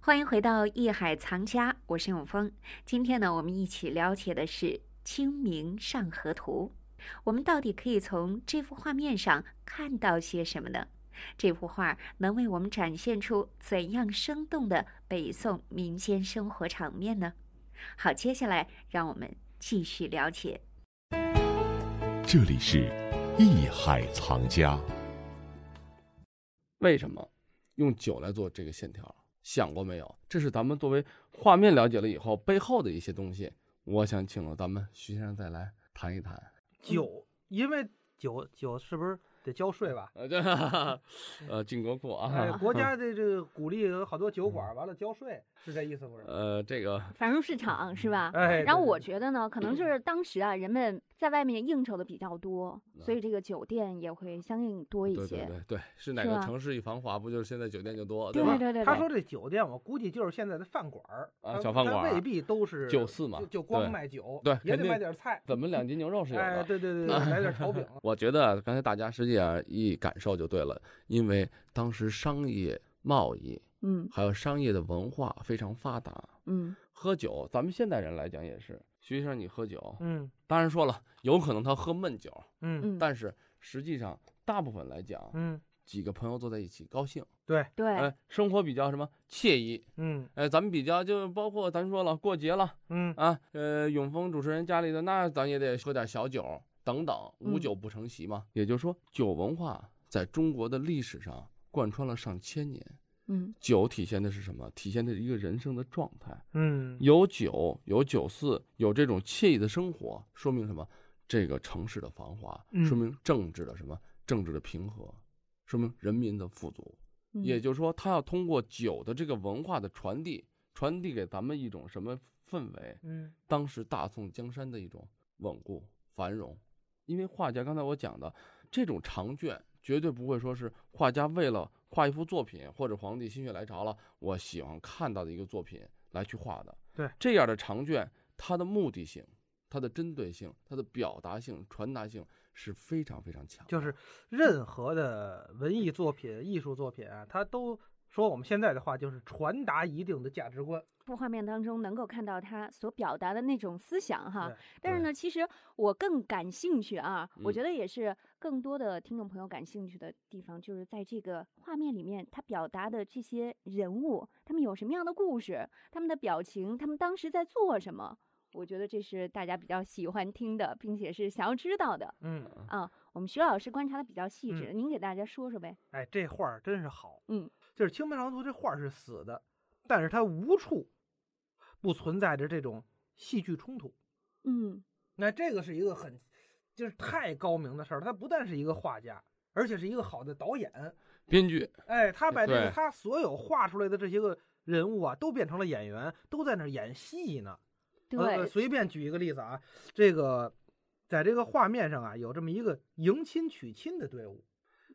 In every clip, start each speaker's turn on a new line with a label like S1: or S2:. S1: 欢迎回到《艺海藏家》，我是永峰。今天呢，我们一起了解的是《清明上河图》，我们到底可以从这幅画面上看到些什么呢？这幅画能为我们展现出怎样生动的北宋民间生活场面呢？好，接下来让我们继续了解。
S2: 这里是《艺海藏家》。
S3: 为什么用酒来做这个线条？想过没有？这是咱们作为画面了解了以后背后的一些东西。我想请了咱们徐先生再来谈一谈。
S4: 酒，因为酒酒是不是得交税吧？
S3: 呃，对， 呃，进国库
S4: 哎
S3: 啊，，
S4: 国家的这个鼓励有好多酒馆，完了交税，是这意思不是？
S3: 呃，这个
S5: 反正市场是吧？
S4: 哎，
S5: 然后
S4: 对
S5: 我觉得呢，可能
S3: 嗯
S5: 就是当时啊，人们在外面应酬的比较多，所以这个酒店也会相应多一
S3: 嗯对对
S5: 些。
S3: 对对，是哪
S5: 是
S3: 个
S5: 吧
S3: 城市一繁华，不就是现在酒店就多，
S5: 对
S3: 吧？
S5: 对对，
S4: 他说这酒店，我估计就是现在的饭馆儿
S3: 啊
S4: 它
S3: 小饭馆儿
S4: 它未必都是
S3: 酒肆嘛
S4: 就就
S3: 对
S4: 光卖酒，
S3: 对
S4: 也
S3: 肯
S4: 得
S3: 定
S4: 买点菜。
S3: 怎么两斤牛肉是有
S4: 哎，
S3: 的？
S4: 对对对对，来点炒饼。
S3: 我觉得啊刚才大家实际上一感受就对了，因为当时商业贸易
S5: 嗯
S3: 还有商业的文化非常发达，
S5: 嗯，
S3: 喝酒，咱们现代人来讲也是。徐先生，你喝酒，
S4: 嗯
S3: 当然说了，有可能他喝闷酒，
S4: 嗯
S5: 嗯，
S3: 但是实际上大部分来讲，
S4: 嗯，
S3: 几个朋友坐在一起高兴，
S4: 对，
S5: 对，
S3: 哎，生活比较什么惬意，
S4: 嗯
S3: 哎，咱们比较就包括咱说了过节了
S4: 嗯
S3: 啊，呃，永丰主持人家里的那咱也得喝点小酒等等，无
S5: 嗯
S3: 酒不成席嘛。也就是说，酒文化在中国的历史上贯穿了上千年。
S5: 嗯
S3: 酒体现的是什么？体现的是一个人生的状态。
S4: 嗯
S3: 有酒，有酒肆，有这种惬意的生活，说明什么？这个城市的繁华，
S4: 嗯
S3: 说明政治的什么？政治的平和，说明人民的富足。
S5: 嗯，
S3: 也就是说，他要通过酒的这个文化的传递，传递给咱们一种什么氛围？
S4: 嗯
S3: 当时大宋江山的一种稳固繁荣。因为画家刚才我讲的这种长卷，绝对不会说是画家为了画一幅作品或者皇帝心血来潮了，我喜欢看到的一个作品来去画的。
S4: 对
S3: 这样的长卷，它的目的性、它的针对性、它的表达性、传达性是非常非常强的。
S4: 就是任何的文艺作品、艺术作品啊，它都说我们现在的话就是传达一定的价值观。
S5: 幅画面当中能够看到他所表达的那种思想哈
S4: 对。
S5: 但是
S3: 对
S5: 呢，其实我更感兴趣啊，我觉
S3: 嗯
S5: 得也是更多的听众朋友感兴趣的地方，就是在这个画面里面，他表达的这些人物，他们有什么样的故事，他们的表情，他们当时在做什么。我觉得这是大家比较喜欢听的，并且是想要知道的
S4: 嗯，
S5: 啊。我们徐老师观察的比较细致，
S4: 嗯
S5: 您给大家说说呗。
S4: 哎，这画儿真是好。
S5: 嗯，
S4: 就是《清明上河图》这画儿是死的，但是它无处不存在着这种戏剧冲突。
S5: 嗯
S4: 那这个是一个很，就是太高明的事儿。他不但是一个画家，而且是一个好的导演。
S3: 编剧，
S4: 哎，他把这
S3: 对
S4: 个他所有画出来的这些个人物啊，都变成了演员，都在那儿演戏呢。呃，
S5: 对，
S4: 随便举一个例子啊，这个在这个画面上啊，有这么一个迎亲娶亲的队伍，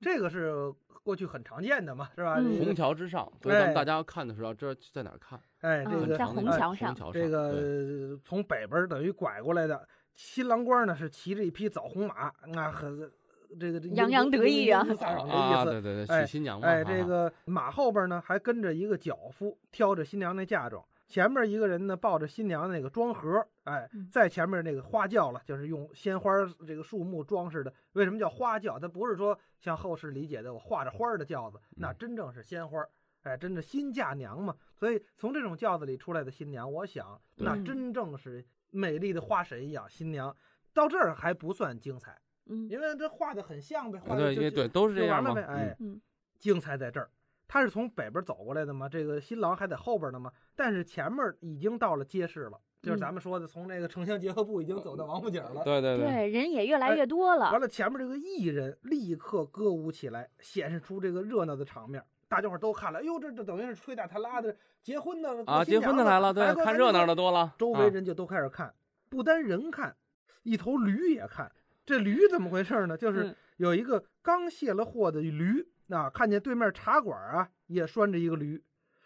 S4: 这个是过去很常见的嘛，是吧？
S5: 嗯
S4: 这个
S3: 虹桥之上，所以咱们
S4: 哎
S3: 大家看的时候，知道在哪儿看？
S4: 哎，这
S5: 嗯
S4: 个
S3: 很
S5: 在
S3: 长
S5: 虹
S3: 的一个
S5: 桥
S3: 虹
S5: 上
S3: 桥上，
S4: 这
S3: 对
S4: 个呃从北边儿等于拐过来的新郎官呢是骑着一匹枣红马，那很这个这
S5: 洋
S4: 英
S5: 洋得意啊
S4: 英英飒爽
S3: 啊，
S4: 的
S3: 对
S4: 意思。
S3: 对对，
S4: 哎
S3: 娶新娘嘛，
S4: 哎，
S3: 哈
S4: 这
S3: 哈
S4: 个马后边呢还跟着一个脚夫，挑着新娘那嫁妆。前面一个人呢抱着新娘那个装盒，哎
S5: 嗯，
S4: 在前面那个花轿了，就是用鲜花儿这个树木装饰的。为什么叫花轿？它不是说像后世理解的我画着花儿的轿子，那
S3: 嗯
S4: 真正是鲜花儿，哎，真的新嫁娘嘛。所以从这种轿子里出来的新娘，我想
S3: 对
S4: 那
S5: 嗯
S4: 真正是美丽的花神一样。新娘到这儿还不算精彩，
S5: 嗯
S4: 因为这画的很像呗，画
S3: 啊
S4: 的
S3: 对，
S4: 就
S3: 因为
S4: 就
S3: 对都是
S4: 就
S3: 这样
S4: 完了
S3: 嘛，嗯
S4: 呗，哎，
S5: 嗯
S4: 精彩在这儿。他是从北边走过来的嘛，这个新郎还在后边呢嘛，但是前面已经到了街市了，就是咱们说的从这个城乡结合部已经走到王府井了。
S3: 对对对，
S5: 对，人也越来
S4: 哎
S5: 越多了
S4: 完。了，前面这个艺人立刻歌舞起来，显示出这个热闹的场面。大家伙儿都看了，哎呦，这这等于是吹打弹拉的结婚的
S3: 啊，结婚的来了，对，看热闹的
S4: 都。
S3: 多了，
S4: 周
S3: 啊
S4: 围人就都开始看，不单人看，一头驴也看。这驴怎么回事呢？就是
S3: 嗯
S4: 有一个刚卸了货的驴，啊，看见对面茶馆啊也拴着一个驴，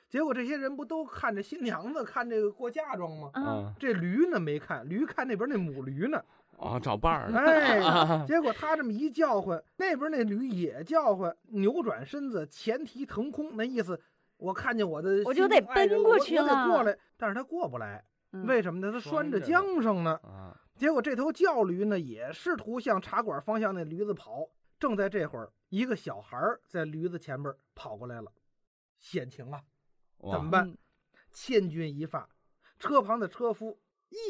S4: 结果这些人不都看着新娘子看这个过嫁妆吗？
S5: 啊，
S3: 啊
S4: 这驴呢没看，驴看那边那母驴呢，
S3: 啊，找伴 儿，
S4: 哎，结果他这么一叫唤，那边那驴也叫唤，扭转身子，前蹄腾空，那意思我看见我的
S5: 我
S4: 心
S5: 就得
S4: 中爱人了
S5: 奔过
S4: 我
S5: 去
S4: 我得过
S5: 了
S4: 来，但是他过不来，
S5: 嗯
S4: 为什么呢？他拴
S3: 拴
S4: 着
S3: 着
S4: 缰绳呢。
S3: 啊，
S4: 结果这头叫驴呢，也试图向茶馆方向那驴子跑。正在这会儿，一个小孩儿在驴子前边儿跑过来了，险情啊！
S3: 哇
S4: 怎么办
S5: 嗯？
S4: 千钧一发，车旁的车夫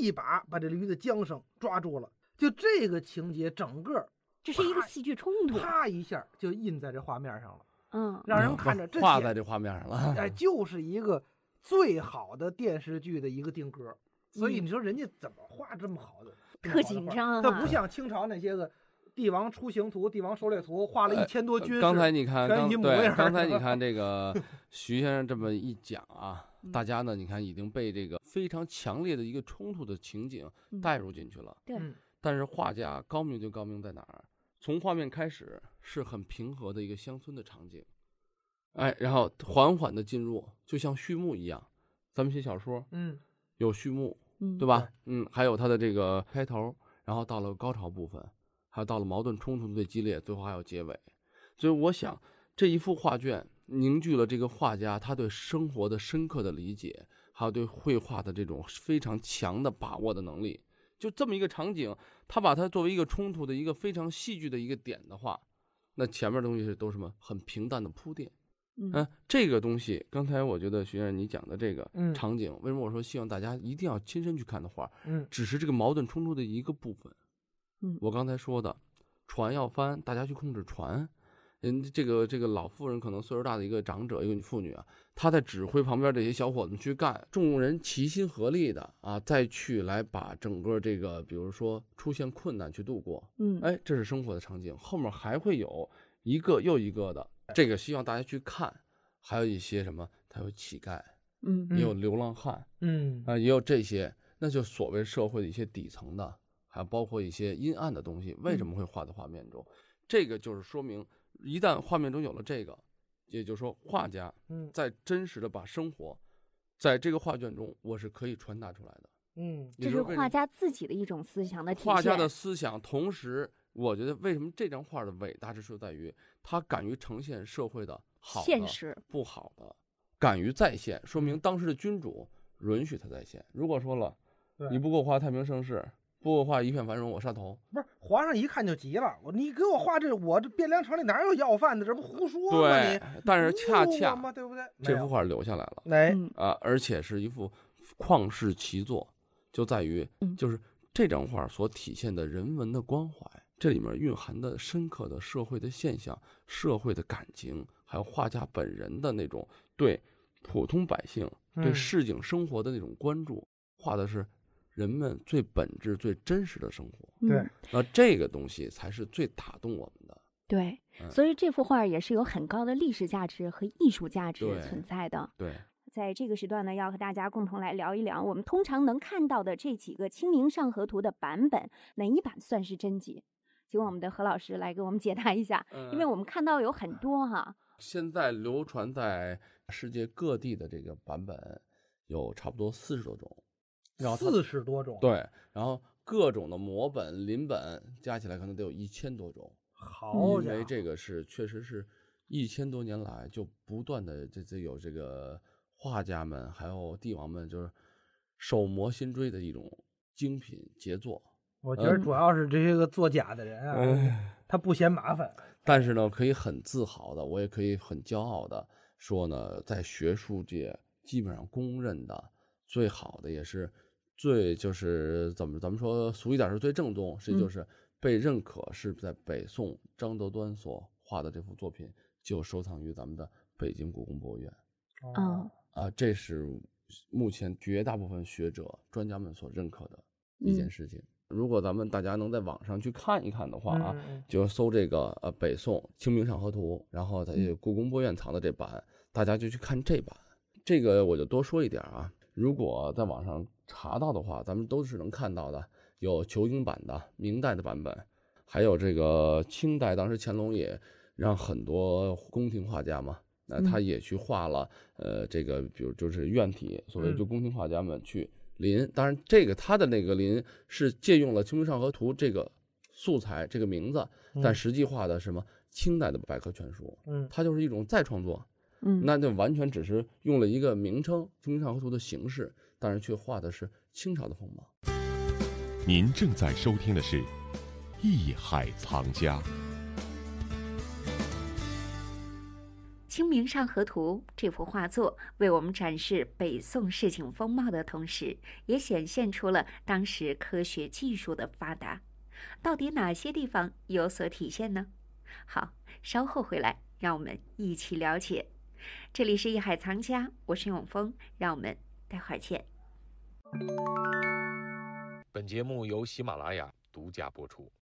S4: 一把把这驴的缰绳抓住了。就这个情节，整个
S5: 这是一个
S4: 啪
S5: 戏剧冲突，
S4: 啪一下就印在这画面上了，
S5: 嗯，
S4: 让人
S3: 嗯不
S4: 看着这
S3: 画
S4: 显
S3: 在这画面上了，
S4: 哎，就是一个最好的电视剧的一个定格。所以
S5: 嗯
S4: 你说人家怎么画这么好的？这么好的
S5: 特紧
S4: 画
S5: 张
S4: 它
S5: 啊
S4: 不像清朝那些个帝王出行图、帝王狩猎图，画了一千多 军事。
S3: 呃刚才你看，
S4: 全
S3: 刚
S4: 一模
S3: 对
S4: 样，儿
S3: 刚才你看 这个徐先生这么一讲啊，大
S5: 嗯
S3: 家呢，你看已经被这个非常强烈的一个冲突的情景
S5: 嗯
S3: 带入进去了。
S5: 对
S4: 嗯
S3: 但是画家高明就高明在哪儿？从画面开始是很平和的一个乡村的场景，哎，然后缓缓的进入，就像序幕一样。咱们写小说
S4: 嗯，
S3: 有序幕，
S5: 嗯
S3: 对吧？嗯，还有它的这个开头，然后到了高潮部分，还有到了矛盾冲突的最激烈，最后还有结尾。所以我想，这一幅画卷凝聚了这个画家他对生活的深刻的理解，还有对绘画的这种非常强的把握的能力。就这么一个场景，他把它作为一个冲突的一个非常戏剧的一个点的话，那前面的东西是都是什么很平淡的铺垫。嗯
S5: 嗯，
S3: 这个东西，刚才我觉得徐先生你讲的这个
S4: 嗯
S3: 场景，为什么我说希望大家一定要亲身去看的画，
S4: 嗯
S3: 只是这个矛盾冲突的一个部分。
S5: 嗯
S3: 我刚才说的，船要翻，大家去控制船。人这个这个老妇人可能岁数大的一个长者，一个妇女啊，她在指挥旁边这些小伙子们去干，众人齐心合力的啊，再去来把整个这个，比如说出现困难去度过，
S5: 嗯，
S3: 哎，这是生活的场景，后面还会有一个又一个的，这个希望大家去看。还有一些什么，他有乞丐，
S5: 嗯
S3: 也有
S4: 嗯
S3: 流浪汉，
S4: 嗯
S3: 啊、也有这些，那就所谓社会的一些底层的，还包括一些阴暗的东西，为
S5: 嗯
S3: 什么会画在画面中？这个就是说明，一旦画面中有了这个，也就是说，画家
S4: 嗯
S3: 在真实的把生活，在这个画卷中，我是可以传达出来的。
S4: 嗯
S3: 也
S5: 这
S3: 就是
S5: 是
S3: 为
S5: 画
S3: 什么
S5: 家自己的一种思想的体现。
S3: 画家的思想，同时，我觉得为什么这张画的伟大之处在于，他敢于呈现社会的好
S5: 现
S3: 的
S5: 实，嗯
S3: 不好的，敢于再现，说明当时的君主允许他再现。如果说了
S4: 对
S3: 你不给我画太平盛世，不给我画一片繁荣，我杀头。
S4: 不是皇上一看就急了，我你给我画这，我这汴梁城里哪有要饭的？这不胡说吗？
S3: 对
S4: 你，
S3: 但是恰
S4: 侮辱我
S3: 恰
S4: 吗？对不对？
S3: 这
S4: 没
S3: 幅
S4: 有
S3: 画留下来了
S4: 哎，
S5: 嗯
S3: 啊，而且是一幅旷世奇作，就在于
S5: 嗯
S3: 就是这张画所体现的人文的关怀，这里面蕴含的深刻的社会的现象、社会的感情，还有画家本人的那种对普通百姓对
S4: 嗯
S3: 市井生活的那种关注，画的是人们最本质、最真实的生活。
S4: 对
S5: 嗯，
S3: 那这个东西才是最打动我们的。
S5: 对，
S3: 嗯
S5: 所以这幅画儿也是有很高的历史价值和艺术价值
S3: 对
S5: 存在的。
S3: 对，
S5: 在这个时段呢，要和大家共同来聊一聊我们通常能看到的这几个《清明上河图》的版本，哪一版算是真迹？请我们的何老师来给我们解答一下，因
S3: 嗯
S5: 为我们看到有很多哈，
S3: 现在流传在世界各地的这个版本有差不多四十多种，然后它
S4: 四十多种，，
S3: 对，然后各种的摹本、临本加起来可能得有一千多种，
S4: 好
S3: 因
S4: 家
S3: 为
S4: 伙，
S3: 嗯这个是确实是一千多年来就不断的这这有这个画家们还有帝王们就是手磨心追的一种精品杰作。
S4: 我觉得
S5: 嗯
S4: 主要是这些个作假的人
S3: 嗯
S4: 啊，他不嫌麻烦，
S3: 但是呢，可以很自豪的，我也可以很骄傲的说呢，在学术界基本上公认的最好的，也是最就是怎么咱们说俗一点是最正宗，实际
S5: 嗯
S3: 就是被认可是在北宋张德端所画的这幅作品，就收藏于咱们的北京故宫博物院
S4: 哦
S5: 嗯，
S3: 啊，这是目前绝大部分学者专家们所认可的一件
S5: 嗯
S3: 事情。如果咱们大家能在网上去看一看的话啊，
S4: 嗯，嗯
S3: 就搜这个呃北宋《清明上河图》，然后在
S5: 嗯
S3: 故宫博物院藏的这版，大家就去看这版。这个我就多说一点啊，如果在网上查到的话，咱们都是能看到的，有求英版的、明代的版本，还有这个清代，当时乾隆也让很多宫廷画家嘛。那他
S5: 嗯
S3: 也去画了，呃，这个比如就是院体，所谓
S4: 嗯
S3: 就宫廷画家们去临，当然这个他的那个临是借用了《清明上河图》这个素材这个名字，
S4: 嗯
S3: 但实际画的是什么清代的百科全书，
S4: 嗯
S3: 它就是一种再创作。
S5: 嗯，
S3: 那就完全只是用了一个名称“清明上河图”的形式，但是却画的是清朝的风貌。
S2: 您正在收听的是《艺海藏家》。
S1: 《清明上河图》这幅画作为我们展示北宋市井风貌的同时，也显现出了当时科学技术的发达。到底哪些地方有所体现呢？好，稍后回来，让我们一起了解。这里是艺海藏家，我是永峰，让我们待会儿见。
S6: 本节目由喜马拉雅独家播出。